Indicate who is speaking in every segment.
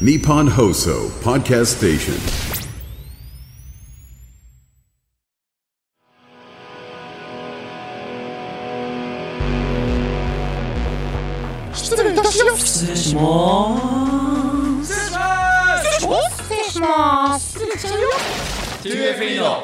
Speaker 1: Nippon Hoso Podcast Station.
Speaker 2: 失礼いたします失礼します失礼します失礼します失礼しちゃうよ
Speaker 3: TFE の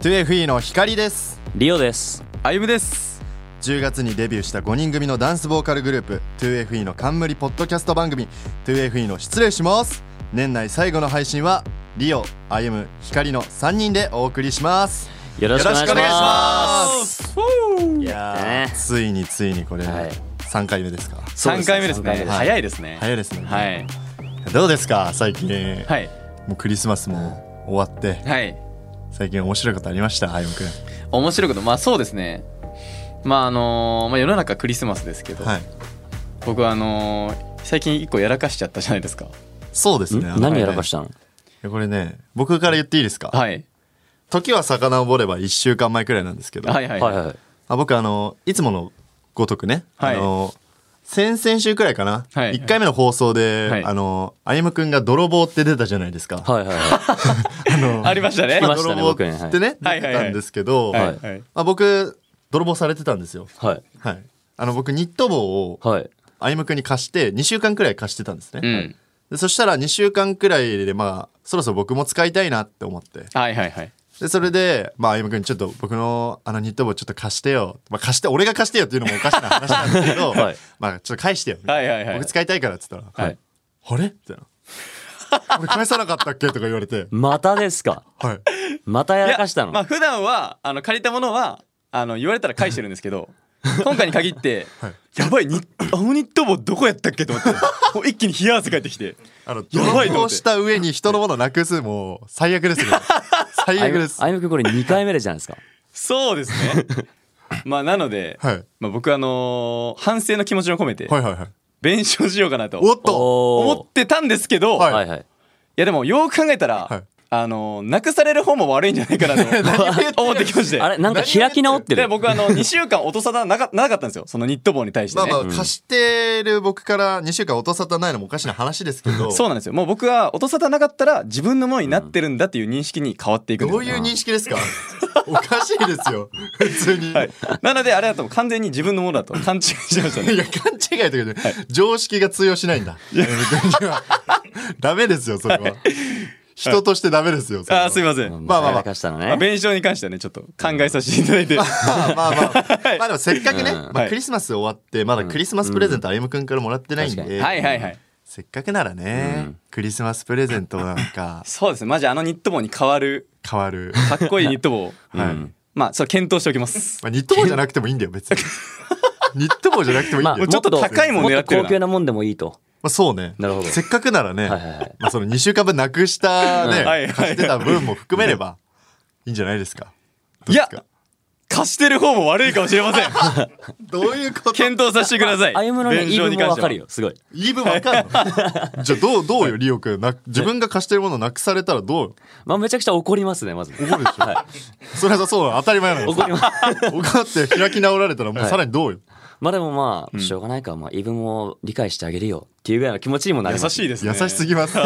Speaker 4: 2FE の光です
Speaker 5: リオです。
Speaker 6: 歩夢です
Speaker 4: 10月にデビューした5人組のダンスボーカルグループ 2FE の冠ポッドキャスト番組 2FE の失礼します年内最後の配信はリオ、歩夢、光の3人でお送りします
Speaker 5: よろしくお願いします。
Speaker 4: いやー、
Speaker 5: ね
Speaker 4: ついについにこれ、
Speaker 5: はい
Speaker 4: 3回目ですか
Speaker 5: そうです
Speaker 6: 3
Speaker 5: ね
Speaker 6: 回目です
Speaker 5: 三回
Speaker 6: ね
Speaker 5: 目です
Speaker 6: 早いですね
Speaker 4: 早いですね、
Speaker 6: はい
Speaker 4: どうですか最近、
Speaker 6: はい
Speaker 4: もうクリスマスも終わって
Speaker 6: はい
Speaker 4: 最近面白いことありました歩夢くん
Speaker 6: 面白いことまあそうですねまああのーまあ世の中クリスマスですけど、
Speaker 4: はい
Speaker 6: 僕はあのー最近一個やらかしちゃったじゃないですか
Speaker 4: そうですねあ
Speaker 5: ん
Speaker 4: の
Speaker 5: 何やらかしたの？
Speaker 4: いやこれね僕から言っていいですか
Speaker 6: はい
Speaker 4: 時は遡れば1週間前くらいなんですけど、
Speaker 6: はいはい
Speaker 5: はいはい。
Speaker 4: あ僕あのいつものごとくね、
Speaker 6: はい
Speaker 4: あの先々週くらいかな、
Speaker 6: はい
Speaker 4: 1回目の放送で、
Speaker 6: はい
Speaker 4: あの歩夢くんが泥棒って出たじゃないですか、
Speaker 5: はいはいは
Speaker 6: ありましたね
Speaker 5: いまし
Speaker 4: 泥
Speaker 5: たね
Speaker 4: 棒っ
Speaker 5: 僕
Speaker 4: て
Speaker 5: ね
Speaker 4: ね、
Speaker 5: はい
Speaker 4: 出て
Speaker 6: はいはいはい
Speaker 4: たんですけど、
Speaker 6: はい
Speaker 5: はい
Speaker 6: はい
Speaker 4: まあ、僕泥棒されてたんですよ
Speaker 5: い。はい。
Speaker 4: はいあの僕ニット帽を
Speaker 5: はい。
Speaker 4: 歩夢くんに貸して2週間くらい貸してたんですね、
Speaker 6: うん
Speaker 4: でそしたら2週間くらいでまあそろそろ僕も使いたいなって思って
Speaker 6: はいはいはい
Speaker 4: でそれで、まあ、あゆむくん、ちょっと僕のあのニット帽ちょっと貸してよ。まあ、貸して、俺が貸してよっていうのもおかしな話なんですけ ど、
Speaker 5: はい
Speaker 4: まあ、ちょっと返してよ。
Speaker 6: はいはいはい
Speaker 4: 僕使いたいからって言ったら、
Speaker 5: はい
Speaker 4: あれってな。俺返さなかったっけとか言われ て、
Speaker 5: またですか？
Speaker 4: はい。
Speaker 5: またやらかした
Speaker 6: まあ
Speaker 5: の？
Speaker 6: 普段はあの借りたものはあの言われたら返してるんですけど今回に限って、やばいにあのニット帽どこやったっけと思って もう一気に冷や汗かいてきて
Speaker 4: あの、
Speaker 6: やばいと思って
Speaker 4: 泥棒した上に人のものなくす、もう、最悪 ですね。最
Speaker 5: あ
Speaker 4: 悪
Speaker 5: ゆ
Speaker 4: で
Speaker 5: む
Speaker 4: す。
Speaker 5: あ
Speaker 4: はい。
Speaker 5: ゆむくんこれ2回目でじゃないですか？
Speaker 6: そうで すねまあなので、
Speaker 4: はい
Speaker 6: まあ、僕あのー反省の気持ちを込めて
Speaker 4: はいはい。
Speaker 6: 弁償しようかなと
Speaker 4: おっと
Speaker 5: お
Speaker 6: 思
Speaker 5: お
Speaker 6: ってたんですけど、、
Speaker 4: はい
Speaker 5: ー。はいはい。
Speaker 6: やでもよく考えたら、
Speaker 4: はい
Speaker 6: あのーなくされる方も悪いんじゃないかな と思ってきまして
Speaker 5: あれなんか開き直って
Speaker 6: で
Speaker 5: る。
Speaker 6: 僕あ の2週間音沙汰なかなかったんですよそのニット帽に対して
Speaker 4: まあ
Speaker 6: ね、
Speaker 4: まあ、貸してる僕から2週間音沙汰ないのもおかしな話ですけど、
Speaker 6: そうなんですよもう僕は音沙汰なかったら自分のものになってるんだっていう認識に変わっていくんです
Speaker 4: ど
Speaker 6: よ
Speaker 4: ういう認識ですかおかしいですよ。普通に。
Speaker 6: はい、なのであれだと完全に自分のものだと勘違いしてましたね
Speaker 4: いや、勘違いというかね、常識が通用しないんだ。 ダメですよ、それは。人としてダメですよ。それは
Speaker 6: あーすいません、
Speaker 4: まあまあまあ
Speaker 5: やらかしたの
Speaker 6: まあ、
Speaker 5: ね。
Speaker 6: 弁償に関してはねちょっと考えさせていただいて
Speaker 4: まあまあまあ、まあでもせっかくね、
Speaker 5: うん
Speaker 4: ま
Speaker 6: は
Speaker 4: あ、
Speaker 6: い
Speaker 4: クリスマス終わってまだクリスマスプレゼント歩夢君からもらってないんで、
Speaker 5: 確か
Speaker 6: はいはいはい
Speaker 4: せっかくならね、クリスマスプレゼントなんか
Speaker 6: そうですねマジあのニット帽に変わる
Speaker 4: 変わる、
Speaker 6: かっこいいニット帽
Speaker 4: はい
Speaker 6: まあそれ検討しておきます
Speaker 4: まあ、ニット帽じゃなくてもいいんだよ別 にニット帽じゃなくてもいいんだよ、
Speaker 5: ま
Speaker 4: ま
Speaker 5: あ
Speaker 4: あ
Speaker 6: ちょっと高いもん狙ってる
Speaker 5: も
Speaker 6: な
Speaker 5: っと高級なもんでもいいと。
Speaker 4: そうね
Speaker 5: なるほど
Speaker 4: せっかくならね、
Speaker 5: はいはいはい
Speaker 4: まあ、その2週間分なくしたね、
Speaker 6: うんはいはいはい
Speaker 4: 貸してた分も含めればいいんじゃないですか
Speaker 6: いや貸してる方も悪いかもしれま せん
Speaker 4: どういうこと
Speaker 6: 検討させてください
Speaker 5: あゆむのね
Speaker 6: 弁
Speaker 5: 言い
Speaker 6: 償
Speaker 5: 分
Speaker 6: に
Speaker 5: も
Speaker 6: 関
Speaker 5: わ
Speaker 6: して
Speaker 5: か
Speaker 6: は
Speaker 5: るよ。すごい。
Speaker 4: 言い分わかん のじゃあどうどうよリオくんな自分が貸してるものなくされたらどう
Speaker 5: まあめちゃくちゃ怒りますねまず。
Speaker 4: 怒るでしょ、それはそうなの当たり前なの
Speaker 5: 怒ります。
Speaker 4: 怒って開き直られたらもう
Speaker 5: はい
Speaker 4: さらにどうよ、
Speaker 5: まあでもまあしょうがないからまあ言い分も理解してあげるよっていうぐらいの気持ちにもなります。
Speaker 6: 優しいですね
Speaker 4: 優しすぎ ます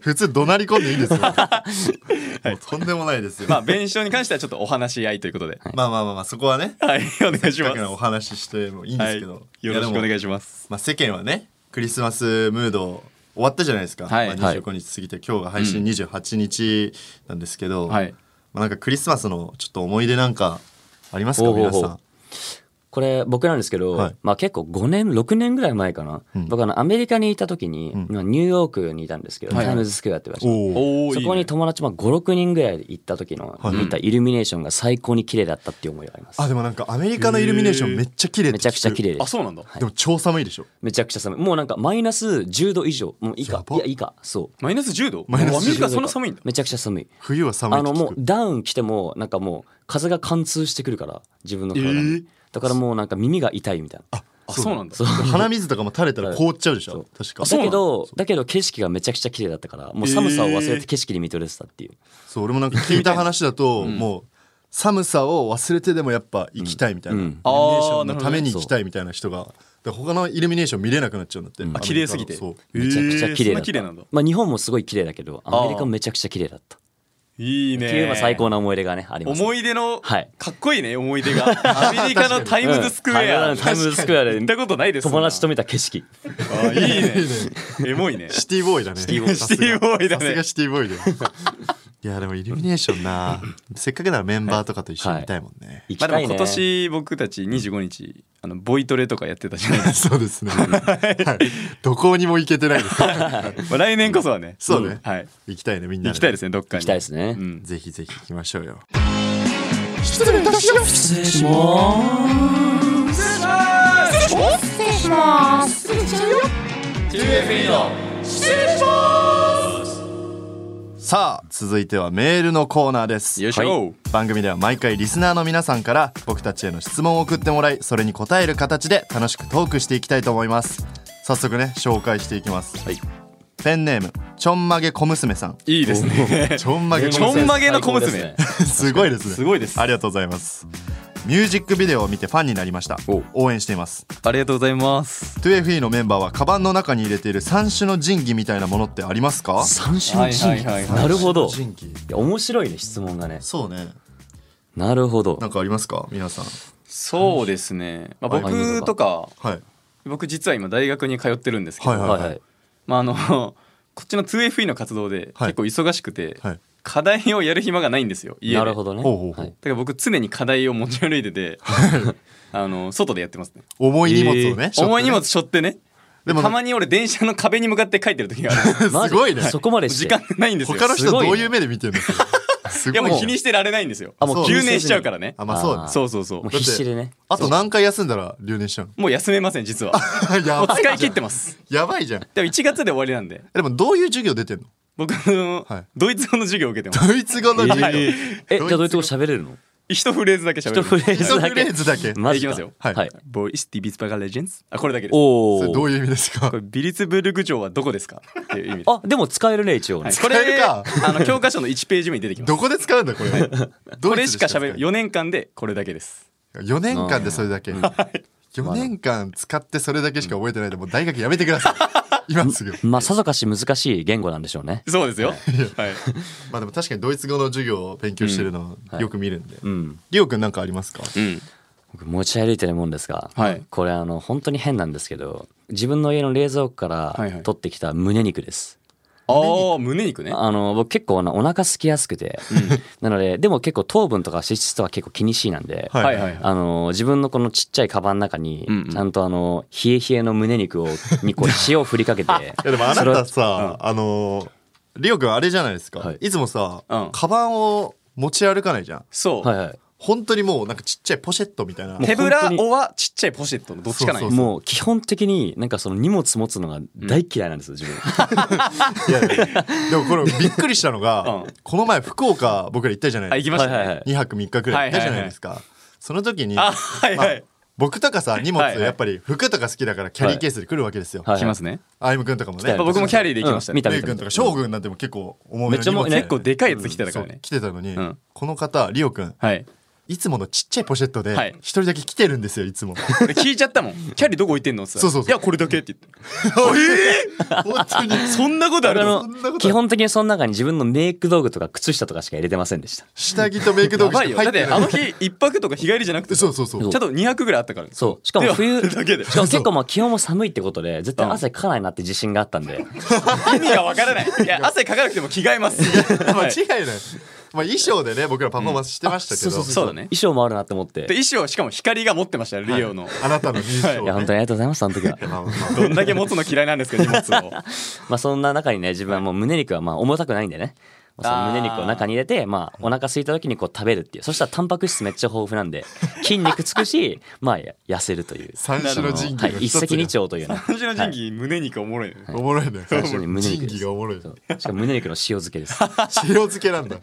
Speaker 4: 普通怒鳴り込んでいいですよ、もうとんでもないですよ、
Speaker 6: まあ弁償に関してはちょっとお話し合いということで
Speaker 4: まあまあまあまあそこはね
Speaker 6: はいお願いし
Speaker 4: せっか
Speaker 6: ます
Speaker 4: くならお話ししてもいいんで
Speaker 6: はい
Speaker 4: すけ
Speaker 6: よ
Speaker 4: ど、
Speaker 6: ろしくお
Speaker 4: やで
Speaker 6: 願
Speaker 4: も
Speaker 6: いします
Speaker 4: まあ、世間はねクリスマスムード終わったじゃないですか、
Speaker 6: はい
Speaker 4: まあ、25日過ぎて今日が配信28日なんですけど、
Speaker 6: はい
Speaker 4: まあ、なんかクリスマスのちょっと思い出なんかありますか
Speaker 5: おうおうおう
Speaker 4: 皆さん
Speaker 5: これ僕なんですけど、
Speaker 4: はい
Speaker 5: まあ結構5年6年ぐらい前かな、僕あのアメリカにいた時に、まあニューヨークにいたんですけど、
Speaker 6: はいは
Speaker 5: タ
Speaker 6: い
Speaker 5: イムズスクエアって場所
Speaker 4: おお
Speaker 6: おお
Speaker 5: そこに友達まあ56人ぐらいで行った時の見たイルミネーションが最高に綺麗だったっていう思いがあります、
Speaker 4: あでもなんかアメリカのイルミネーションめっちゃ綺麗って
Speaker 5: め
Speaker 4: 聞
Speaker 5: ちゃくちゃ綺麗で
Speaker 6: あ
Speaker 5: す
Speaker 6: そうなんだ
Speaker 4: でも超寒いでしょ
Speaker 5: めちゃくちゃ寒いもうなんかマイナス10度以上もう以下
Speaker 4: やば
Speaker 5: いや以下そう
Speaker 6: マイナス10度
Speaker 4: マイナス
Speaker 6: アメリカそんな
Speaker 5: 10
Speaker 6: 寒いんだ
Speaker 5: めちゃくちゃ寒い
Speaker 4: 冬は寒い
Speaker 5: あ
Speaker 4: って
Speaker 5: の
Speaker 4: 聞く
Speaker 5: もうダウン着てもなんかもう風が貫通してくるから自分の体に、
Speaker 4: えー
Speaker 5: だからもうなんか耳が痛いみたいな
Speaker 6: あそうなんだ
Speaker 4: 鼻水とかも垂れたら凍っちゃうでしょ確か
Speaker 5: だけどだけど景色がめちゃくちゃ綺麗だったからもう寒さを忘れて景色に見とれてたっていう、
Speaker 4: そう俺もなんか聞いた話だと、もう寒さを忘れてでもやっぱ行きたいみたいな、
Speaker 5: う
Speaker 4: イ
Speaker 5: んうん
Speaker 4: ルミネーション
Speaker 6: あーな
Speaker 4: の
Speaker 6: るほどね
Speaker 4: ために行きたいみたいな人がで他のイルミネーション見れなくなっちゃうんだって、
Speaker 5: うん
Speaker 4: アメリカの
Speaker 6: 綺麗すぎて
Speaker 4: そう
Speaker 5: めちゃくちゃ綺麗だ
Speaker 6: えーそんな綺麗なんだ
Speaker 5: まあ、日本もすごい綺麗だけどアメリカもめちゃくちゃ綺麗だったっ
Speaker 6: いい
Speaker 5: て
Speaker 6: ね
Speaker 5: いうまあ最高な思い出がねありますね
Speaker 6: 思い出の、
Speaker 5: はい
Speaker 6: かっこいいね思い 出がアメリカのタイムズスクエア、
Speaker 5: うんタイムズスクエアで
Speaker 6: 行ったことないです
Speaker 5: 友達と見た景色
Speaker 6: そん なあいいねエモいね
Speaker 4: シティボーイだねシ
Speaker 6: ティボーイシティボーイだね
Speaker 4: さすがシティボ ーイだよいやでもイルミネーションなせっかくならメンバーとかと一緒に見たいもんね、
Speaker 5: 行き
Speaker 6: まあ、で
Speaker 5: た
Speaker 6: も
Speaker 5: いね
Speaker 6: 今年僕たち25日あのボイトレとかやってたじゃないですか
Speaker 4: そうですね、はい、どこにも行けてないですから
Speaker 6: まあ来年こそはね
Speaker 4: そうね
Speaker 6: んはい、
Speaker 4: 行きたいねみんな、
Speaker 6: 行きたいですすねどっかに
Speaker 5: 行きたいですね
Speaker 6: うん、
Speaker 4: ぜひぜひ行きましょうよ
Speaker 2: 失礼いたします失礼します失礼します失礼します失礼します
Speaker 3: 2FE の
Speaker 4: さあ続いてはメールのコーナーです
Speaker 6: よいしょ
Speaker 4: 番組では毎回リスナーの皆さんから僕たちへの質問を送ってもらいそれに答える形で楽しくトークしていきたいと思います早速ね紹介していきます、
Speaker 5: はい
Speaker 4: ペンネームちょんまげ小娘さん
Speaker 6: いいですね
Speaker 4: ちょんまげ
Speaker 6: ち
Speaker 4: 小
Speaker 6: ょん
Speaker 4: 娘
Speaker 6: まげの小娘
Speaker 5: 最高ですね
Speaker 4: さん すごいですね
Speaker 6: すごいです
Speaker 4: ありがとうございますミュージックビデオを見てファンになりました
Speaker 5: お
Speaker 4: 応援しています
Speaker 6: ありがとうございます
Speaker 4: 2FE のメンバーはカバンの中に入れている三種の神器みたいなものってありますか
Speaker 5: 三種の神器
Speaker 6: はいはいはい
Speaker 5: なるほど
Speaker 4: 三種の神器
Speaker 5: いや面白いね質問がね
Speaker 4: そうね
Speaker 5: なるほど
Speaker 4: なんかありますか皆さん
Speaker 6: そうですね、まあ、
Speaker 5: はい
Speaker 6: 僕とか
Speaker 4: はい
Speaker 6: 僕実は今大学に通ってるんですけど、
Speaker 4: はい
Speaker 5: はいはい
Speaker 6: まあ、あの こっちの 2FE の活動で
Speaker 4: はい
Speaker 6: 結構忙しくて、
Speaker 4: はい
Speaker 6: 課題をやる暇がないんですよ家で
Speaker 5: なるほどね
Speaker 4: ほうほうほう
Speaker 5: はい
Speaker 6: だから僕常に課題を持ち歩いててあの外でやってますね
Speaker 4: 重い荷物をね、背負ってね
Speaker 6: 重い荷物背負ってね
Speaker 4: でも
Speaker 6: たまに俺電車の壁に向かって書いてる時があるんですよ
Speaker 5: マジ
Speaker 4: すごいね
Speaker 5: そこまでし
Speaker 6: 時
Speaker 5: て
Speaker 6: 間ないんですよ
Speaker 4: 他の人
Speaker 5: す
Speaker 4: ど
Speaker 5: ごいね
Speaker 4: ういう目で見てるんですかす
Speaker 6: いや
Speaker 4: ごい
Speaker 6: もう気
Speaker 4: ね
Speaker 6: にしてられないんですよ
Speaker 5: あも
Speaker 4: う
Speaker 6: 留年しちゃうからね
Speaker 4: あまあそう
Speaker 5: あー
Speaker 4: ね
Speaker 6: そうそうそう
Speaker 5: もう必死でね
Speaker 4: あと何回休んだら留年しちゃう
Speaker 6: もう休めません実は
Speaker 4: の や
Speaker 6: もう
Speaker 4: ばい
Speaker 6: 使い切ってます
Speaker 4: やばいじゃん
Speaker 6: でも1月で終わりなんで
Speaker 4: でもどういう授業出てんの
Speaker 6: 僕あの、
Speaker 4: はい
Speaker 6: ドイツ語の授業を受け てます
Speaker 4: ドイツ語の授業
Speaker 6: はい
Speaker 5: えじゃあどうい
Speaker 4: ド
Speaker 5: うと
Speaker 4: イ
Speaker 5: こ
Speaker 4: ツ
Speaker 5: 喋れるの
Speaker 6: 一フレーズだけ喋る
Speaker 5: 一フレー
Speaker 4: 語
Speaker 5: ズ
Speaker 4: の
Speaker 5: だ
Speaker 4: フ
Speaker 5: け
Speaker 4: レーズだけ
Speaker 5: マジ
Speaker 6: いき
Speaker 5: か
Speaker 6: ますよ
Speaker 4: はい
Speaker 5: はい
Speaker 6: ボイスティビスバガレジェンスあこれだけです
Speaker 5: お
Speaker 4: それど
Speaker 5: お
Speaker 4: ういう意味ですか
Speaker 6: これビリツブルグ城はどこですかっていう意味です
Speaker 5: あでも使えるね一応ね
Speaker 6: はい
Speaker 4: 使えるか
Speaker 6: これあの教科書の1ページ目に出てきます
Speaker 4: どこで使うんだ これ
Speaker 6: こ
Speaker 4: ド
Speaker 6: れ
Speaker 4: イツ
Speaker 6: しか
Speaker 4: で
Speaker 6: 喋る4年間でこれだけです
Speaker 4: 4年間でそれだ け4年間使ってそれだけしか覚えてないでもう大学やめてください 今すぐ
Speaker 5: まあさぞかし難しい言語なんでしょうね
Speaker 6: そうですよはい
Speaker 4: まあでも確かにドイツ語の授業を勉強してるの
Speaker 5: はい
Speaker 4: よく見るんで
Speaker 5: うん
Speaker 4: リオくんなんかありますか
Speaker 6: うん
Speaker 5: 僕持ち歩いてるもんですが、
Speaker 6: はい
Speaker 5: これあの本当に変なんですけど自分の家の冷蔵庫か
Speaker 6: はいは
Speaker 5: ら
Speaker 6: い
Speaker 5: 取ってきた胸肉です、
Speaker 6: ああ胸肉ね
Speaker 5: あの僕結構なお腹空きやすくて、なのででも結構糖分とか脂質とか結構気にしいなんで、
Speaker 4: はい
Speaker 6: はいはいはい
Speaker 5: あの自分のこのちっちゃいカバンの中に
Speaker 6: うんうん
Speaker 5: ちゃんとあの冷え冷えの胸肉をに こう塩を振りかけて
Speaker 4: いやでもあなた
Speaker 5: そ
Speaker 4: さ、あのーリオくんあれじゃないですか、
Speaker 5: はい
Speaker 4: い、つもさ、
Speaker 6: うん
Speaker 4: カバンを持ち歩かないじゃん
Speaker 6: そ
Speaker 5: れ
Speaker 6: う
Speaker 5: は、いは
Speaker 4: 本当にもうなんかちっちゃいポシェットみたいな
Speaker 5: もう
Speaker 6: 手ぶ
Speaker 5: 本
Speaker 6: ら
Speaker 5: 当に
Speaker 6: おはちっちゃいポシェットのどっちかない
Speaker 4: そう
Speaker 5: い、もう基本的になんかその荷物持つのが大嫌いなんですよ自分、
Speaker 4: いやいやでもこれびっくりしたのが、
Speaker 6: うん
Speaker 4: この前福岡僕ら行ったじゃない
Speaker 6: あ
Speaker 4: で
Speaker 6: 行
Speaker 4: すか
Speaker 6: きましたね
Speaker 5: はいはいはい
Speaker 4: 2泊3日くらい行ったじゃないですか、その時に
Speaker 6: あはいはい
Speaker 4: まあ僕とかさ荷物
Speaker 6: はいはい
Speaker 4: やっぱり服とか好きだからキャリーケースで来るわけですよ、
Speaker 5: はい
Speaker 6: 来ますね
Speaker 4: あいむくんとかも
Speaker 5: 来
Speaker 4: ね
Speaker 5: たよ
Speaker 6: 僕も キャリーで行きました
Speaker 5: うん見
Speaker 6: ね
Speaker 5: た
Speaker 4: メ
Speaker 5: 見
Speaker 4: イ
Speaker 5: た
Speaker 4: くんとか将軍なんても結構重めの荷物
Speaker 5: めっちゃもうね
Speaker 6: 結構でかいやつ来てたから
Speaker 4: そう
Speaker 6: ね
Speaker 4: 来てたのに、
Speaker 6: うん
Speaker 4: この方リオくん
Speaker 6: はい
Speaker 4: いつものちっちゃいポシェットで
Speaker 6: はい
Speaker 4: 一人だけ来てるんですよい つも
Speaker 6: 俺聞いちゃったもん「キャリーどこ置いてんの?」って言ったら
Speaker 4: そうそうそう
Speaker 6: やこれだけ」って言って
Speaker 4: 本当に
Speaker 6: そんなことある
Speaker 5: あの
Speaker 6: の
Speaker 4: そんなことない
Speaker 5: 基本的にその中に自分のメイク道具とか靴下とかしか入れてませんでした
Speaker 4: 下着とメイク道
Speaker 6: や
Speaker 4: 具し
Speaker 6: ば
Speaker 4: か
Speaker 6: い
Speaker 4: 入
Speaker 6: よだ
Speaker 4: っ
Speaker 6: ってて
Speaker 4: ない
Speaker 6: あの日一泊とか日帰りじゃなくてち
Speaker 4: そ
Speaker 6: ゃん
Speaker 4: うそうそうそう
Speaker 5: そ
Speaker 4: う
Speaker 6: と2泊ぐらいあったから
Speaker 5: そう。しかも冬、
Speaker 6: ではだけで
Speaker 5: しかも
Speaker 4: そう
Speaker 5: 結構まあ気温も寒いってことで、絶対汗かかないなって自信があったん で。
Speaker 6: 意味がわからないいや汗かかなくても着替えます
Speaker 4: 間
Speaker 6: はい
Speaker 4: 違いない、まあ、衣装でね僕らパフォーマンスしてましたけど、
Speaker 6: そうだね
Speaker 5: 衣装もあるなって思っ
Speaker 6: で
Speaker 5: て。
Speaker 6: 衣装しかも光が持ってましたよリオの、
Speaker 4: あなたの衣装を
Speaker 5: い
Speaker 4: ね、
Speaker 5: や、本当にありがとうございました、あの時 は。
Speaker 4: まあまあ
Speaker 6: どんだけ持つの嫌いなんですか荷物 を
Speaker 5: まあそんな中にね、自分はもう胸肉はまあ重たくないんでね。まあその胸肉を中に入れて、まあお腹空いた時にこう食べるっていう。そしたらタンパク質めっちゃ豊富なんで、筋肉つく し、まあや痩せるという。
Speaker 4: 三種の神器
Speaker 5: は
Speaker 4: の
Speaker 5: い、一
Speaker 4: 一つ
Speaker 5: 石二
Speaker 4: に
Speaker 5: 鳥というね。
Speaker 6: 私の仁義胸肉おもろいね、
Speaker 4: おもろいね
Speaker 5: 最初に胸肉
Speaker 4: 神
Speaker 5: です
Speaker 4: 器がおもろいね
Speaker 5: そう しかも胸肉の塩漬けです。
Speaker 4: 塩漬けなんだ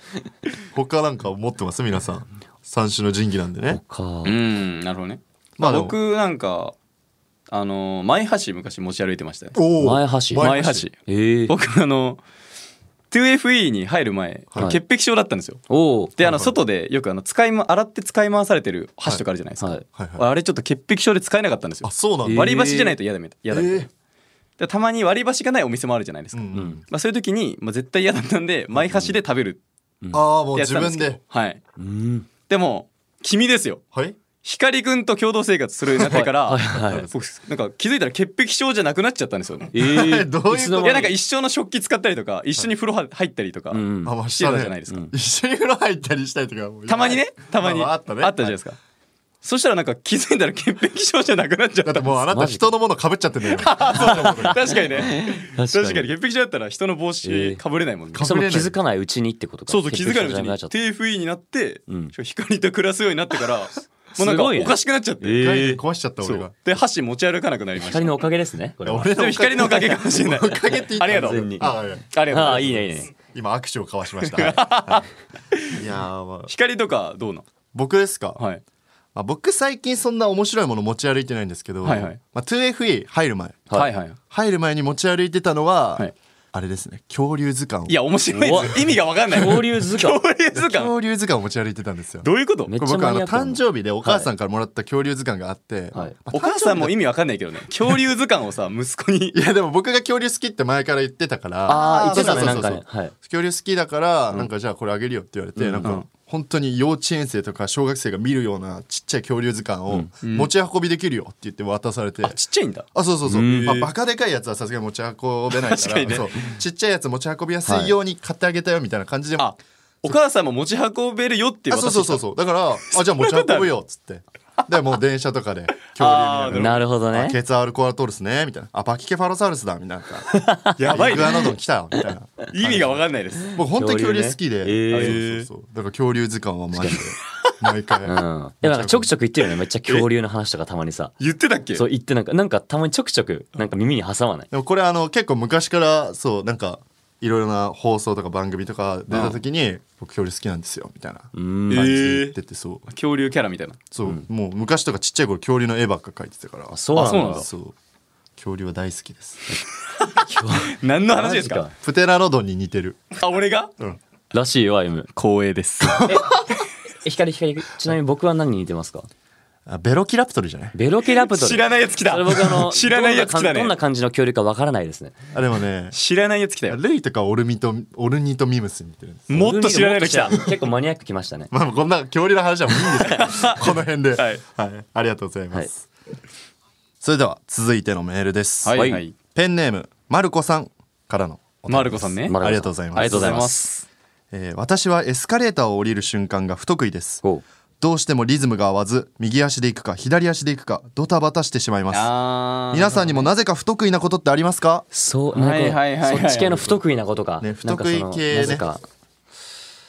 Speaker 4: 他なんか持ってます皆さん三種の神器なんでね
Speaker 5: か
Speaker 6: うんなるほどね、
Speaker 4: まあ
Speaker 6: まあ、
Speaker 4: でも
Speaker 6: 僕なんかあのー前橋昔持ち歩いてましたよ
Speaker 4: おー
Speaker 5: 前橋
Speaker 6: 前橋
Speaker 5: ええ
Speaker 6: 僕あの 2FE に入る前、
Speaker 5: はい
Speaker 6: 潔癖症だったんですよ
Speaker 5: おお。
Speaker 6: であの外でよくあの使い、ま、洗って使い回されてる箸とかあるじゃないですか、
Speaker 5: はい
Speaker 4: はいはい
Speaker 6: あれちょっと潔癖症で使えなかったんですよ
Speaker 4: あそうなんだ、
Speaker 6: 割り箸じゃないと嫌だみたい嫌だみたい
Speaker 4: えー
Speaker 6: でたまに割り箸がないお店もあるじゃないです
Speaker 4: う
Speaker 6: か、
Speaker 4: んうん
Speaker 6: まあ、そういう時に、まあ、絶対嫌だったんで前箸で食べる
Speaker 4: ああも
Speaker 6: っ
Speaker 4: う
Speaker 6: てやっ
Speaker 4: 自
Speaker 6: て
Speaker 4: 分
Speaker 6: たんですけど
Speaker 4: で
Speaker 6: はい
Speaker 5: うん。
Speaker 6: でも君ですよ
Speaker 4: はい
Speaker 6: 光くんと共同生活するようになってから、
Speaker 5: はいはい
Speaker 6: 僕なんか気づいたら潔癖症じゃなくなっちゃったんですよね。
Speaker 5: えー
Speaker 4: どういうこと
Speaker 5: つ
Speaker 6: い
Speaker 5: の間に
Speaker 6: やなんか一緒の食器使ったりとか一緒に風呂は入ったりとか、
Speaker 5: うん
Speaker 4: あまあ
Speaker 6: してたじゃないですか
Speaker 4: したね一緒に風呂入ったりしたりとかもう
Speaker 6: たまにねたまに、
Speaker 4: まあまああ
Speaker 6: あ
Speaker 4: っ
Speaker 6: ったた
Speaker 4: ね
Speaker 6: じゃないですか、そしたらなんか気づいたら潔癖症じゃなくなっちゃ
Speaker 4: だって
Speaker 6: った
Speaker 4: もうあなた
Speaker 5: マジ
Speaker 4: 人のものかぶっちゃってんだよ
Speaker 6: 確かにね確
Speaker 5: 確
Speaker 6: か
Speaker 5: かに
Speaker 6: に潔癖症だったら人の帽子かぶれないもんね、
Speaker 4: か
Speaker 5: そ
Speaker 4: ぶ
Speaker 5: れ
Speaker 4: れ
Speaker 5: も
Speaker 4: ない
Speaker 5: 気づかないうちにってことか。
Speaker 6: そうそう気づかないうち
Speaker 5: 潔癖症じゃなく
Speaker 6: に
Speaker 5: なっちゃった
Speaker 6: TFE になって、
Speaker 5: うん
Speaker 6: 光と暮らすようになってからもうなん
Speaker 5: す
Speaker 6: か
Speaker 5: ごいね
Speaker 6: おかしくなっちゃって、
Speaker 4: 概念壊しちゃった
Speaker 6: そ
Speaker 4: 俺が
Speaker 6: うで箸持ち歩かなくなりました
Speaker 5: 光のおかげですね。これは
Speaker 4: 俺
Speaker 6: でも
Speaker 4: の
Speaker 6: 光のおかげかもしれない
Speaker 4: おかげって言った
Speaker 6: ありがとう
Speaker 5: 完全に
Speaker 4: あはい
Speaker 6: ありがとう
Speaker 5: ああいいねいいね。
Speaker 4: 今握手を交わしましたはいいやーまあ
Speaker 6: 光とかどうなん
Speaker 4: 僕ですか
Speaker 6: はい
Speaker 4: まあ僕最近そんな面白いもの持ち歩いてないんですけど
Speaker 6: はいはい
Speaker 4: まあ 2FE 入る前
Speaker 6: はいはい
Speaker 4: 入る前に持ち歩いてたのは
Speaker 6: はい
Speaker 4: あれですね恐竜図鑑を
Speaker 6: いや面白いです意味がわかんない
Speaker 5: 恐竜図鑑
Speaker 6: 恐竜図鑑
Speaker 4: 恐竜図鑑を持ち歩いてたんですよ
Speaker 6: どういうこと
Speaker 5: めっちゃ
Speaker 4: 僕あ
Speaker 5: マニ
Speaker 4: の
Speaker 5: アックだ
Speaker 4: 誕
Speaker 5: な
Speaker 4: 生日でお母さんからもらった恐竜図鑑があって、
Speaker 5: はい
Speaker 4: まあ
Speaker 6: お母さんも意味わかんないけどね恐竜図鑑をさ息子に
Speaker 4: いやでも僕が恐竜好きって前から言ってたから
Speaker 5: ああ言ってたね
Speaker 4: そ
Speaker 5: な
Speaker 4: うそ
Speaker 5: ん
Speaker 4: うそ
Speaker 5: か
Speaker 4: う
Speaker 5: ね。はい。
Speaker 4: 恐竜好きだから、なんかじゃあこれあげるよって言われて、なんか本当に幼稚園生とか小学生が見るようなちっちゃい恐竜図鑑を持ち運びできるよって言って渡されて、
Speaker 6: あちっちゃいんだ
Speaker 4: あそうそうそう、
Speaker 5: うん
Speaker 4: まあ、バカでかいやつはさすがに持ち運べないか
Speaker 6: 確
Speaker 4: ら
Speaker 6: かにね
Speaker 4: そうちっちゃいやつ持ち運びやすいように買ってあげたよみたいな感じで、
Speaker 6: あお母さんも持ち運べるよって
Speaker 4: あそうそうそう
Speaker 6: う
Speaker 4: そうだからあじゃあ持ち運ぶよっつってでもう電車とかで恐竜見ながら
Speaker 5: なるほど
Speaker 4: あ
Speaker 5: ね。
Speaker 4: ケツアルコアトルスねみたいなあバキケファロサウルスだみたいな
Speaker 6: やばい
Speaker 4: イ
Speaker 6: ね
Speaker 4: グアノドン来たよみたいな
Speaker 6: 意味がわかんないです
Speaker 4: 僕本当に恐竜好きで、
Speaker 5: 恐竜ね
Speaker 4: あそうそうそうだから恐竜図鑑はマジで毎回、
Speaker 5: うん。でもなんかちょくちょく言ってるよね。めっちゃ恐竜の話とかたまにさ。
Speaker 6: 言ってたっけ
Speaker 5: そう言ってなんかなんかたまにちょくちょくなんか耳に挟まない。
Speaker 4: でもこれあの結構昔からそうなんかいろいろな放送とか番組とか出た時に、僕恐竜好きなんですよみたいな感じで言っててそう
Speaker 6: 恐竜キャラみたいな
Speaker 4: そう、もう昔とかちっちゃい頃恐竜の絵ばっか描いてたから
Speaker 5: そうなんだ
Speaker 6: あそうなんだ
Speaker 4: そう恐竜は大好きです
Speaker 6: 何の話です
Speaker 5: マ
Speaker 6: か
Speaker 5: ジ
Speaker 4: プテラノドンに似てる
Speaker 6: あ俺が
Speaker 5: らしいよ M。
Speaker 6: 光栄です
Speaker 5: え光光ちなみに僕は何に似てますか。
Speaker 4: あベロキラプトルじゃない
Speaker 5: ベロキラプトル。
Speaker 6: 知らないやつ来た
Speaker 5: それ僕あの
Speaker 6: 知らないやつ来
Speaker 5: どん
Speaker 6: た
Speaker 5: な感どん
Speaker 6: ね
Speaker 5: な感じの恐竜かわからないですね。
Speaker 4: あでもね
Speaker 6: 知らないやつ来たよ
Speaker 4: レイとかオルミとオルニとミムスに似てるんですよ
Speaker 6: もっと知らないの来た
Speaker 5: もっと知らない結構マニアック来ましたね。
Speaker 4: まあこんな恐竜の話はもういいんです よこの辺では
Speaker 6: はいい、
Speaker 4: ありがとうございます、それでは続いてのメールです、
Speaker 6: はいはい
Speaker 4: ペンネームまるこさんからのお便り
Speaker 6: マルコさんね
Speaker 5: まだ
Speaker 4: ありがとうございます
Speaker 5: ありがとうございます。
Speaker 6: す
Speaker 4: えー私はエスカレーターを降りる瞬間が不得意です
Speaker 5: おう
Speaker 4: どうしてもリズムが合わず右足で行くか左足で行くかドタバタしてしまいます
Speaker 6: あ
Speaker 4: 皆さんにもなぜか不得意なことってありますか
Speaker 5: そうなんか、
Speaker 6: はいはいはいはい
Speaker 5: そっち系の不得意なことか。
Speaker 4: ね
Speaker 5: なんかその
Speaker 4: 不得意系ね
Speaker 5: なぜか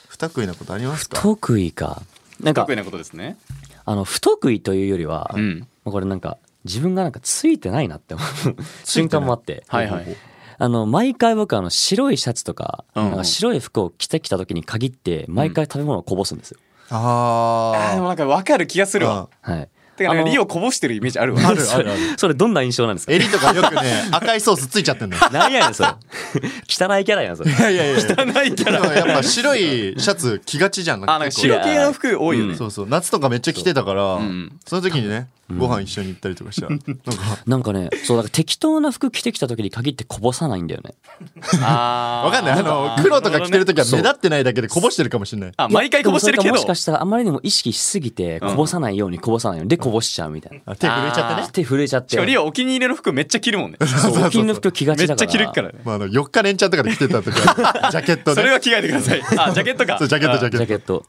Speaker 4: 不得意なことありますか
Speaker 5: 得意か。なんか
Speaker 6: 得意なことですね
Speaker 5: あの不得意というよりは、
Speaker 6: ん
Speaker 5: まあこれなんか自分がなんかついてないなって思う瞬間もあって。
Speaker 6: はいはい
Speaker 5: あの毎回僕あの白いシャツとか,、
Speaker 6: うん
Speaker 5: なんか白い服を着てきた時に限って毎回食べ物をこぼすんですよ。
Speaker 6: あーで
Speaker 4: あ
Speaker 6: もなんか分かる気がするわ
Speaker 4: あ
Speaker 5: はい。
Speaker 6: てかなん
Speaker 5: あ
Speaker 6: か
Speaker 5: の
Speaker 6: リオこぼしてるイメージあるわ
Speaker 4: あるあるある
Speaker 5: それどんな印象なんですか
Speaker 4: 襟とかよくね赤いソースついちゃってんのよ
Speaker 5: 何やねんそれ 汚いキャラやんそれ
Speaker 4: いやいやいや
Speaker 6: ないキャ
Speaker 4: でも
Speaker 6: ラ
Speaker 4: やっぱ白いシャツ着がちじゃん。
Speaker 6: あなんか白系の服多いよね、
Speaker 5: うん
Speaker 4: そうそう夏とかめっちゃ着てたから、
Speaker 6: ん
Speaker 4: その時にね、ご飯一緒に行ったりとかした ら、なんか
Speaker 5: なんかねそうだから適当な服着てきた時に限ってこぼさないんだよね
Speaker 6: あー
Speaker 4: わかんないあの黒とか着てる時は目立ってないだけでこぼしてるかもしれない。
Speaker 6: あ 毎回こぼしてるけ
Speaker 5: で
Speaker 6: ど
Speaker 5: もそれかもしかしたらあまりにも意識しすぎてこぼさないようにこぼさないようにでこぼしちゃうみたいな
Speaker 4: あ手震えちゃってね。
Speaker 5: 手震えちゃって
Speaker 6: しかもリオお気に入りの服めっちゃ着る もんね
Speaker 5: そうお気に入りの服着が
Speaker 6: め
Speaker 5: ちだ
Speaker 6: っちゃ
Speaker 5: から
Speaker 6: 着るからね
Speaker 4: まああの4日連チャンとかで着てた時 はジャケットね。
Speaker 6: それは着替えてくださいあジャケットか
Speaker 4: そうジャケットジャケ
Speaker 5: ジャ
Speaker 4: ット。
Speaker 5: ケット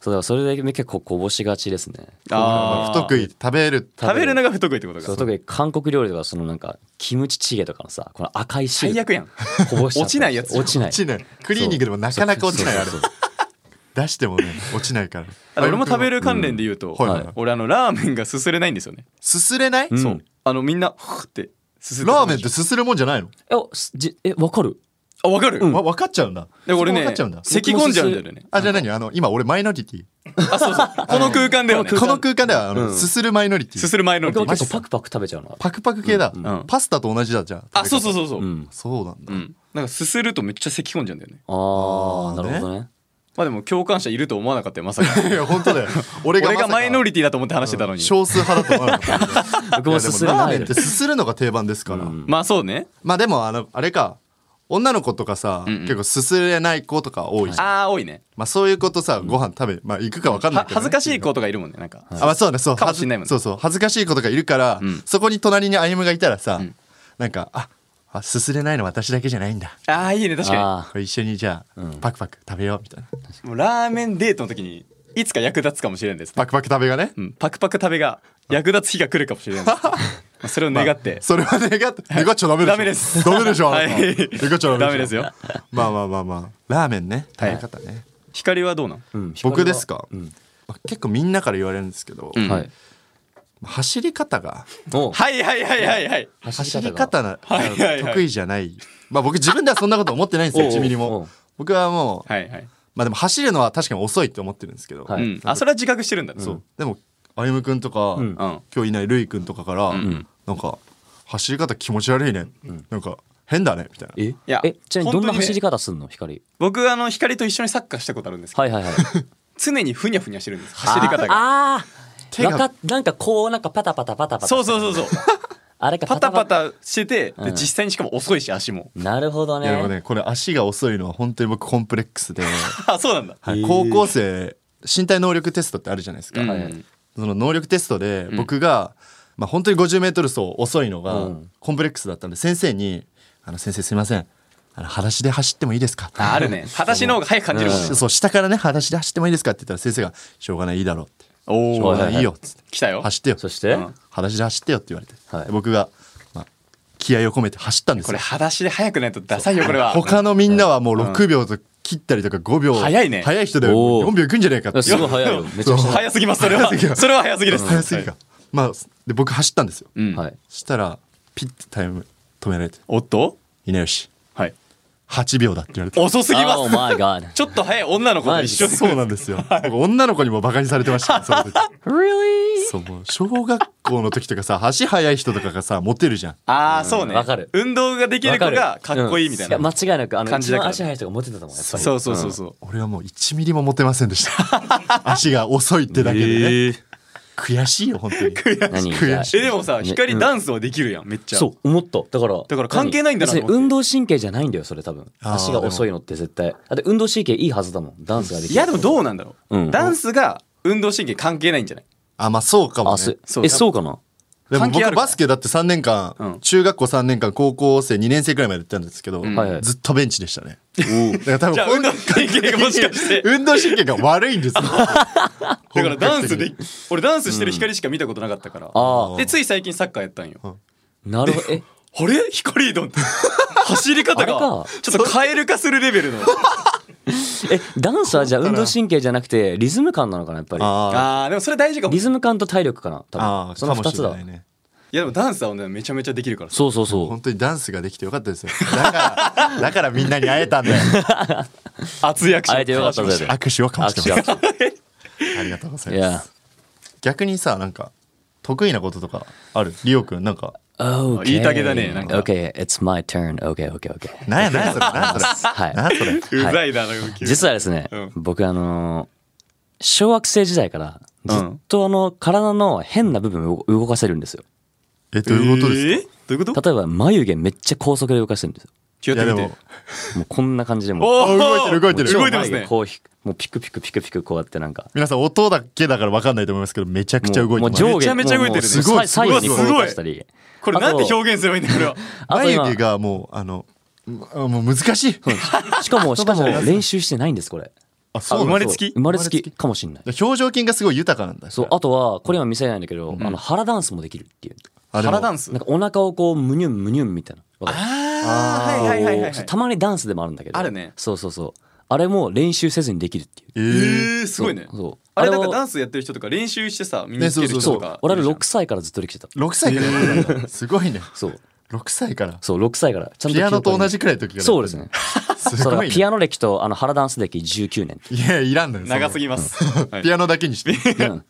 Speaker 5: そうだからそれで結構こぼしがちですね
Speaker 6: あ
Speaker 4: 不得意食べる。
Speaker 6: あ食べるのが不得意ってこと
Speaker 5: そう
Speaker 6: か
Speaker 5: 特に韓国料理とかそのなんかキムチチゲとかのさこの赤い汁
Speaker 6: 最悪やん
Speaker 5: こぼしちゃった
Speaker 6: 落ちないやつ
Speaker 5: 落ちない
Speaker 4: 落ちない。クリーニングでもなかなか落ちないあれ。出してもね落ちないから。
Speaker 6: あの俺も食べる関連で言うと、
Speaker 4: はいはい
Speaker 6: 俺あのラーメンがすすれないんですよね、
Speaker 4: すすれない？
Speaker 5: ん
Speaker 6: そうあのみんなふーってすすって
Speaker 4: ラーメンってすするもんじゃないの？
Speaker 5: えおすじえわかる
Speaker 6: あわかる、
Speaker 4: わ分かっちゃうんだ。
Speaker 6: で俺ね
Speaker 4: 分かっちゃうんだ。
Speaker 6: 咳込んじゃうんだよね
Speaker 4: あ、じゃあ何あの、今俺マイノリティ。
Speaker 6: あそうそうこの空間ではね
Speaker 4: この空間では、あの、すするマイノリティ。
Speaker 6: すする前の
Speaker 5: 僕は
Speaker 6: 時
Speaker 5: 結構パクパク食べちゃうの
Speaker 4: パクパク系だ
Speaker 6: んうん。
Speaker 4: パスタと同じだ、じゃん
Speaker 6: あそうそう
Speaker 4: う。
Speaker 6: そうそう、う
Speaker 5: うんん
Speaker 4: そうなんだ。
Speaker 6: なんかすするとめっちゃ咳込んじゃうんだよね
Speaker 5: ああ
Speaker 4: あー
Speaker 5: なるほどね
Speaker 6: まあでも共感者いると思わなかったよまさか
Speaker 4: いや、本当だよ。 俺がまさ
Speaker 6: 俺
Speaker 4: か
Speaker 6: がマイノリティだと思って話してたのに、
Speaker 4: 少数派だと思わなかった。
Speaker 5: 僕もすす
Speaker 4: い
Speaker 5: る
Speaker 4: やでもラー
Speaker 5: 前
Speaker 4: メンってすするのが定番ですから。
Speaker 6: まあそうね
Speaker 4: まあでも、あの、あれか。女の子とかさ、
Speaker 6: んうん
Speaker 4: 結構すすれない子とか多いじゃん
Speaker 6: ああ多いね
Speaker 4: まあそういうことさ、ご飯食べ、まあ行くか分かんない
Speaker 6: は
Speaker 4: けどね。
Speaker 6: 恥ずかしい子とかいるもんねなんか、
Speaker 4: あ、まあ、そうね、そう。
Speaker 6: かもしんないもんね
Speaker 4: そうそう。恥ずかしいことがいるから、
Speaker 6: ん
Speaker 4: そこに隣に歩がいたらさ、なんか、あ、あすすれないの私だけじゃないんだ。
Speaker 6: ああいいね確か
Speaker 5: あ
Speaker 4: これ一緒にじゃあ、パクパク食べよう、みたいな。
Speaker 6: にもうラーメンデートの時にいつか役立つかもしれないです、
Speaker 4: パクパク食べがね。
Speaker 6: うん、パクパク食べが役立つ日が来るかもしれないですまあそれを願って、
Speaker 4: それは願って、願っちゃダメでしょ。
Speaker 6: ダメです
Speaker 4: ダメでしょ。あなた
Speaker 6: はい
Speaker 4: 願っちゃダメでしょ。
Speaker 6: ダメですよ。
Speaker 4: まあまあまあまあ。ラーメンね、食べ方ね。
Speaker 6: 光はどうなん、
Speaker 5: うん
Speaker 4: 僕ですか、まあ結構みんなから言われるんですけど、
Speaker 6: うん
Speaker 5: はい
Speaker 4: 走り方が、
Speaker 5: お
Speaker 6: はいはいはいはいはい
Speaker 4: 走り
Speaker 5: が
Speaker 4: 方な、
Speaker 6: はいはいはい
Speaker 4: 得意じゃない。まあ僕自分ではそんなこと思ってないん ですよ、
Speaker 5: おうおう
Speaker 4: 1ミリ
Speaker 5: お
Speaker 4: も
Speaker 5: う。
Speaker 4: 僕はもう、
Speaker 6: はいはい、
Speaker 4: まあでも走るのは確かに遅いって思ってるんですけど、
Speaker 5: は
Speaker 6: う
Speaker 5: い
Speaker 6: ん、あそれは自覚してるんだそ
Speaker 4: そうでも歩夢君とか、
Speaker 5: ん
Speaker 6: うん
Speaker 4: 今日いないるい君とかから、
Speaker 6: ん
Speaker 4: なんか走り方気持ち悪いね、なんか変だねみたいな
Speaker 5: えい
Speaker 6: や
Speaker 5: やえちなみにどん
Speaker 6: 本当
Speaker 5: な
Speaker 6: にね
Speaker 5: 走り方すんの光
Speaker 6: 僕あの光と一緒にサッカーしたことあるんですけど、
Speaker 5: はいはい はい
Speaker 6: 常にふにゃふにゃしてるんです走り方が
Speaker 5: ああ
Speaker 4: 手
Speaker 5: ーわか
Speaker 4: が
Speaker 5: っなんかこうなんかパタパタパタパタ
Speaker 6: そうそうそうそう
Speaker 5: あ れか
Speaker 6: パタパタしてて、
Speaker 5: う
Speaker 6: で
Speaker 5: ん
Speaker 6: 実際にしかも遅いし足も
Speaker 5: なるほど
Speaker 4: いやでも
Speaker 5: ね
Speaker 4: ねこれ足が遅いのは本当に僕コンプレックスで、
Speaker 6: あそうなんだ、
Speaker 4: はい高校生身体能力テストってあるじゃないですか、
Speaker 6: うん
Speaker 4: その能力テストで僕が、まあ本当に 50m 走遅いの
Speaker 5: う
Speaker 4: が
Speaker 5: ん
Speaker 4: コンプレックスだったんで先生に「あの先生すいませんあの裸足で走ってもいいですか?」
Speaker 6: あある ね裸足の方が早く感じるもんね、
Speaker 4: そう下からね裸足で走ってもいいですかって言ったら先生が「しょうがないいいだろ」って「し
Speaker 6: お
Speaker 4: ょう
Speaker 6: お
Speaker 4: がないいいよ」っつって
Speaker 6: 来
Speaker 4: 「
Speaker 6: たよ
Speaker 4: 走ってよ」
Speaker 5: そして
Speaker 6: ん
Speaker 4: 裸足で走ってよ」って言われて、
Speaker 5: はい
Speaker 4: 僕が、まあ、気合を込めて走ったんです
Speaker 6: こ
Speaker 4: よ
Speaker 6: れ裸足で早くないとダサいよこれは
Speaker 4: 他のみんなはもう6秒と切ったりとか5秒
Speaker 6: 早いね
Speaker 4: 早い人で4秒いくんじゃねえかって
Speaker 5: すごい早 いよめちゃくちゃ
Speaker 6: 早すぎますそれは
Speaker 4: 早すぎる
Speaker 6: それは早すぎです
Speaker 4: 早すぎか、まあで僕走ったんですよ、
Speaker 6: うん
Speaker 5: はい
Speaker 4: そしたらピッてタイム止められて
Speaker 6: おっと
Speaker 4: 「稲吉
Speaker 6: はい
Speaker 4: 8秒だ」って言われて
Speaker 6: 遅すぎま
Speaker 5: Oh
Speaker 6: す
Speaker 5: my god
Speaker 6: ちょっと早い女の子と一緒で
Speaker 4: そうなんですよ、僕女の子にもバカにされてましたね、その時
Speaker 5: Really?
Speaker 4: そうもう小学校の時とかさ足速い人とかがさモテるじゃん
Speaker 6: ああそうね
Speaker 5: わかる
Speaker 6: 運動ができる子が
Speaker 5: わ
Speaker 6: か
Speaker 5: る
Speaker 6: っこいいみたいな、
Speaker 5: うんや間違いなくあの
Speaker 6: 感じ
Speaker 5: 一
Speaker 6: だから
Speaker 5: 番足速い人がモテてたもんやっぱり
Speaker 6: そうそうそうそう、
Speaker 4: 俺はもう1ミリもモテませんでした 足が遅いってだけでね、悔しいよ本当に
Speaker 5: 何
Speaker 4: 悔し
Speaker 6: えでもさ
Speaker 5: ね
Speaker 6: 光
Speaker 5: うん
Speaker 6: ダンスはできるやんめっちゃ
Speaker 5: そう思っただから
Speaker 6: だから関係ないんだな
Speaker 5: 別に
Speaker 6: と思って
Speaker 5: 運動神経じゃないんだよそれ多分
Speaker 4: あー
Speaker 5: 足が遅いのって絶対だって運動神経いいはずだもんダンスができる
Speaker 6: いやでもどうなんだろう、
Speaker 5: うん
Speaker 6: ダンスが運動神経関係ないんじゃない
Speaker 4: あまあそうかも
Speaker 5: あ
Speaker 4: ね
Speaker 5: す
Speaker 6: そう
Speaker 5: えそうかな
Speaker 4: でも
Speaker 6: 関係
Speaker 4: 僕
Speaker 6: あるか
Speaker 4: バスケだって3年間、
Speaker 6: うん
Speaker 4: 中学校3年間高校生2年生くらいまでやってたんですけど、
Speaker 5: はいはい
Speaker 4: ずっとベンチでしたねだから多
Speaker 6: じゃあ
Speaker 4: 分
Speaker 6: 運動神経がもしかして
Speaker 4: 運動神経が悪いん ですよ
Speaker 6: だからダンスで
Speaker 4: 本格的に
Speaker 6: 俺ダンスしてる光しか見たことなかったから、
Speaker 5: あ
Speaker 6: でつい最近サッカーやったんよ、
Speaker 5: あなるほどえ
Speaker 6: あれ光どんって走り方
Speaker 5: あれ
Speaker 6: が
Speaker 5: か
Speaker 6: ちょっとカエル化するレベ ルの
Speaker 5: えダンスはじゃあ運動神経じゃなくてリズム感なのかなやっぱり
Speaker 4: あ
Speaker 6: あーでもそれ大事かもい
Speaker 5: リズム感と体力かな
Speaker 4: ー
Speaker 5: 多
Speaker 4: あ
Speaker 5: 分
Speaker 4: ー
Speaker 5: その
Speaker 4: かも
Speaker 5: 2
Speaker 4: し
Speaker 5: つ
Speaker 4: れ
Speaker 5: だ
Speaker 4: ないね
Speaker 6: やでもダンスはねめちゃめちゃできるから
Speaker 5: そうそうそう
Speaker 4: 本当にダンスができてよかったですよだから だからみんなに会えたんだよ
Speaker 6: 熱い握手
Speaker 5: 会えてよか ったぜ
Speaker 4: 握手を交わしてます
Speaker 5: 握
Speaker 4: ありがとうござ
Speaker 5: い
Speaker 4: いま
Speaker 5: や
Speaker 4: す逆にさなんか得意なこととかあるリオくんなんか
Speaker 5: o
Speaker 6: 言いたげだねなんか
Speaker 5: OK it's my turn OK OK OK
Speaker 4: なんやなんやそれなんやそれ
Speaker 5: はい
Speaker 4: なんやそれ
Speaker 6: うざいなあの動き
Speaker 5: 実はですね、
Speaker 6: うん
Speaker 5: 僕あのー小学生時代からずっとあの体の変な部分を動かせるんですよ
Speaker 4: えどういうことですか、
Speaker 6: えーどういうこと
Speaker 5: 例えば眉毛めっちゃ高速で動かしてるんですよ
Speaker 6: やってみて
Speaker 5: もうこんな感じでもう
Speaker 6: おー
Speaker 4: 動いてる動いてる
Speaker 6: 動いてます
Speaker 5: 眉
Speaker 6: ね
Speaker 5: 毛こうひもうピクピクピクピクこうやってなんか
Speaker 4: 皆さん音だけだから分かんないと思いますけどめちゃくちゃ動いて
Speaker 5: もう
Speaker 4: ます
Speaker 5: 上
Speaker 6: めちゃ
Speaker 5: 下
Speaker 6: めちゃ動いてるね
Speaker 5: もうも
Speaker 4: すご
Speaker 5: う
Speaker 4: い
Speaker 5: 左右にこう
Speaker 6: すごい
Speaker 5: 動かしたり
Speaker 6: これなんて表現すればいいんだこれは
Speaker 5: あと
Speaker 4: 眉
Speaker 5: 今
Speaker 4: 毛がもうあのうんあもう難しい
Speaker 5: しかもしかも練習してないんですこれ
Speaker 4: あ
Speaker 6: あ生まれつ
Speaker 5: そう
Speaker 6: き
Speaker 5: 生まれつきかもしんない
Speaker 4: 表情筋がすごい豊かなんだ
Speaker 5: そうあとはこれは見せないんだけど、あの腹ダンスもできるっていう
Speaker 4: あでも
Speaker 6: 腹ダンス
Speaker 5: なんかお腹をこうムニュンムニュンみたいなわかる
Speaker 6: あーはいはいはいはいはい
Speaker 5: そうたまにダンスでもあるんだけど
Speaker 6: あるね
Speaker 5: そうそうそうあれも練習せずにできるっていう
Speaker 4: え
Speaker 6: え
Speaker 4: ー
Speaker 6: ーすごいね
Speaker 5: そうそう
Speaker 6: あれ
Speaker 5: あ
Speaker 6: な
Speaker 5: れ
Speaker 6: ん
Speaker 5: を
Speaker 6: かダンスやってる人とか練習してさ身につける人
Speaker 4: そう
Speaker 5: そ
Speaker 6: とか
Speaker 5: う俺は6歳からずっとできてた
Speaker 4: 6歳からやってたんだすごいね
Speaker 5: そう
Speaker 4: 6歳から
Speaker 5: そう6歳からちゃんと
Speaker 4: ピアノと同じくらいの時か
Speaker 5: 記憶
Speaker 4: ら
Speaker 5: にそうですね
Speaker 4: す
Speaker 5: それ
Speaker 4: ご
Speaker 5: が
Speaker 4: い
Speaker 5: ピ
Speaker 4: ね
Speaker 5: アノ歴とあの原ダンス歴19年
Speaker 4: いやいらんのよその
Speaker 6: 長すぎます。はい
Speaker 4: ピアノだけに して
Speaker 5: うん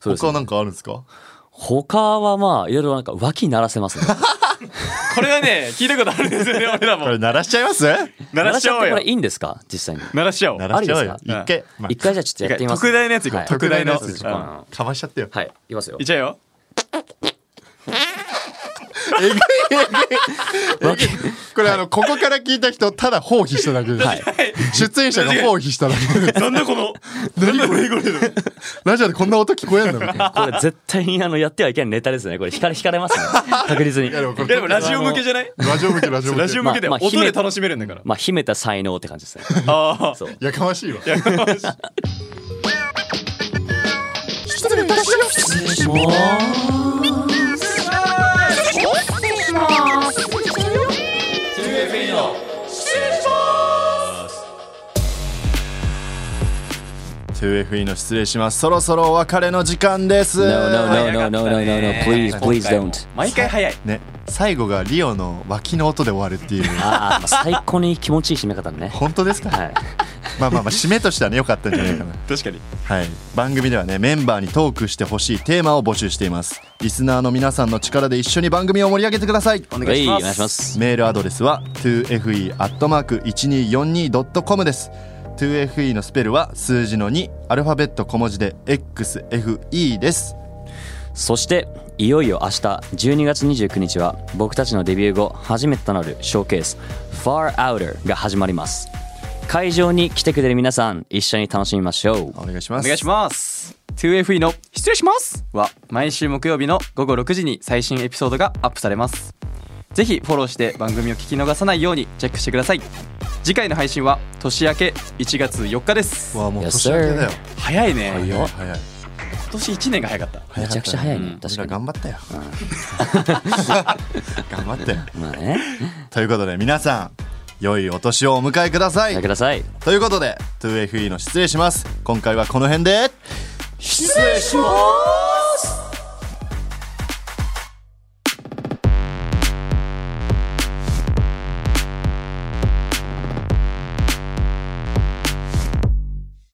Speaker 5: そうです
Speaker 4: 他
Speaker 5: ね
Speaker 4: なんかあるんですか
Speaker 5: 他はまあいろいろなんか脇鳴らせますね
Speaker 6: これはね、聞いたことあるんですよね、俺ら
Speaker 4: こ
Speaker 6: も。
Speaker 4: れ鳴らしちゃいます鳴
Speaker 6: 鳴らしちゃお
Speaker 5: 鳴ら
Speaker 6: うよ
Speaker 5: ってこれ。いいんですか実際に
Speaker 6: 鳴らしちゃおう。
Speaker 5: ら
Speaker 4: らしちゃおうよ
Speaker 5: あり
Speaker 4: 一
Speaker 6: ですか
Speaker 4: 回まあ
Speaker 5: 一回じゃあちょっとやってみます
Speaker 6: 特大のやついこう。
Speaker 5: はい
Speaker 6: 特大のやつ。
Speaker 5: 特
Speaker 6: う
Speaker 5: 大の
Speaker 6: ん
Speaker 5: やつ
Speaker 4: かましちゃ ってよ
Speaker 5: はいいきますよ
Speaker 6: いっちゃうよ。
Speaker 4: えぐいえぐいえぐいこれあのここから聞いた人ただ放棄しただけです
Speaker 5: はい
Speaker 4: 出演者が放棄しただけ です
Speaker 6: なんだこの、なんだこれこれ。
Speaker 4: ラジオでこんな音聞こえんのい
Speaker 5: これ絶対にあのやってはいけないネタですねこれ引かれ引かれ ますね確実に
Speaker 4: やでもこ
Speaker 6: いや
Speaker 4: れ
Speaker 6: でもラジオ向けじゃない
Speaker 4: ラジオ向けラジオ向け
Speaker 6: ラジオ向けで
Speaker 5: まあまあ
Speaker 6: 音で楽しめるんだから。
Speaker 5: まあ秘めた才能って感 じですね
Speaker 6: あ
Speaker 5: そう
Speaker 4: やかましいわ
Speaker 2: 失礼いたします。失礼します。
Speaker 3: トゥーエフイの
Speaker 4: 2FE の失礼しますそろそろお別れの時間です
Speaker 5: No no no no no no no no please
Speaker 6: あ。
Speaker 5: please
Speaker 6: 今回も
Speaker 5: don't
Speaker 6: 毎回早い。
Speaker 4: ね最後がリオの脇の音で終わるっていう
Speaker 5: ああ最高に気持ちいい締め方だね
Speaker 4: 本当ですか
Speaker 5: はい
Speaker 4: まあまあまあ締めとしてはね良かったんじゃない かな
Speaker 6: 確かに。
Speaker 4: はい、番組ではねメンバーにトークしてほしいテーマを募集していますリスナーの皆さんの力で一緒に番組を盛り上げてください
Speaker 5: お願いします,、お願いします
Speaker 4: メールアドレスは 2fe.1242.com です 2fe のスペルは数字の2アルファベット小文字で xfe です
Speaker 5: そしていよいよ明日12月29日は僕たちのデビュー後初めてとなるショーケース Far Outer が始まります会場に来てくれる皆さん一緒に楽しみましょう
Speaker 4: お願いしま
Speaker 6: お
Speaker 4: す
Speaker 6: 願いします 2FE の「失礼します」は毎週木曜日の午後6時に最新エピソードがアップされますぜひフォローして番組を聞き逃さないようにチェックしてください次回の配信は年明け1月4日です
Speaker 4: うわもう
Speaker 5: Yes,
Speaker 4: 年明けだよ
Speaker 5: sir
Speaker 6: 早いね
Speaker 4: 早い早い
Speaker 6: 今年1年が早かった
Speaker 5: めちゃくちゃ早いね、
Speaker 6: うん
Speaker 5: 確
Speaker 4: 俺ら
Speaker 5: かに
Speaker 4: 頑張ったよ 頑張ったよ
Speaker 5: まあね
Speaker 4: ということで皆さん良いお年をお迎えください
Speaker 5: やってください
Speaker 4: ということで 2FE の失礼します今回はこの辺で失礼します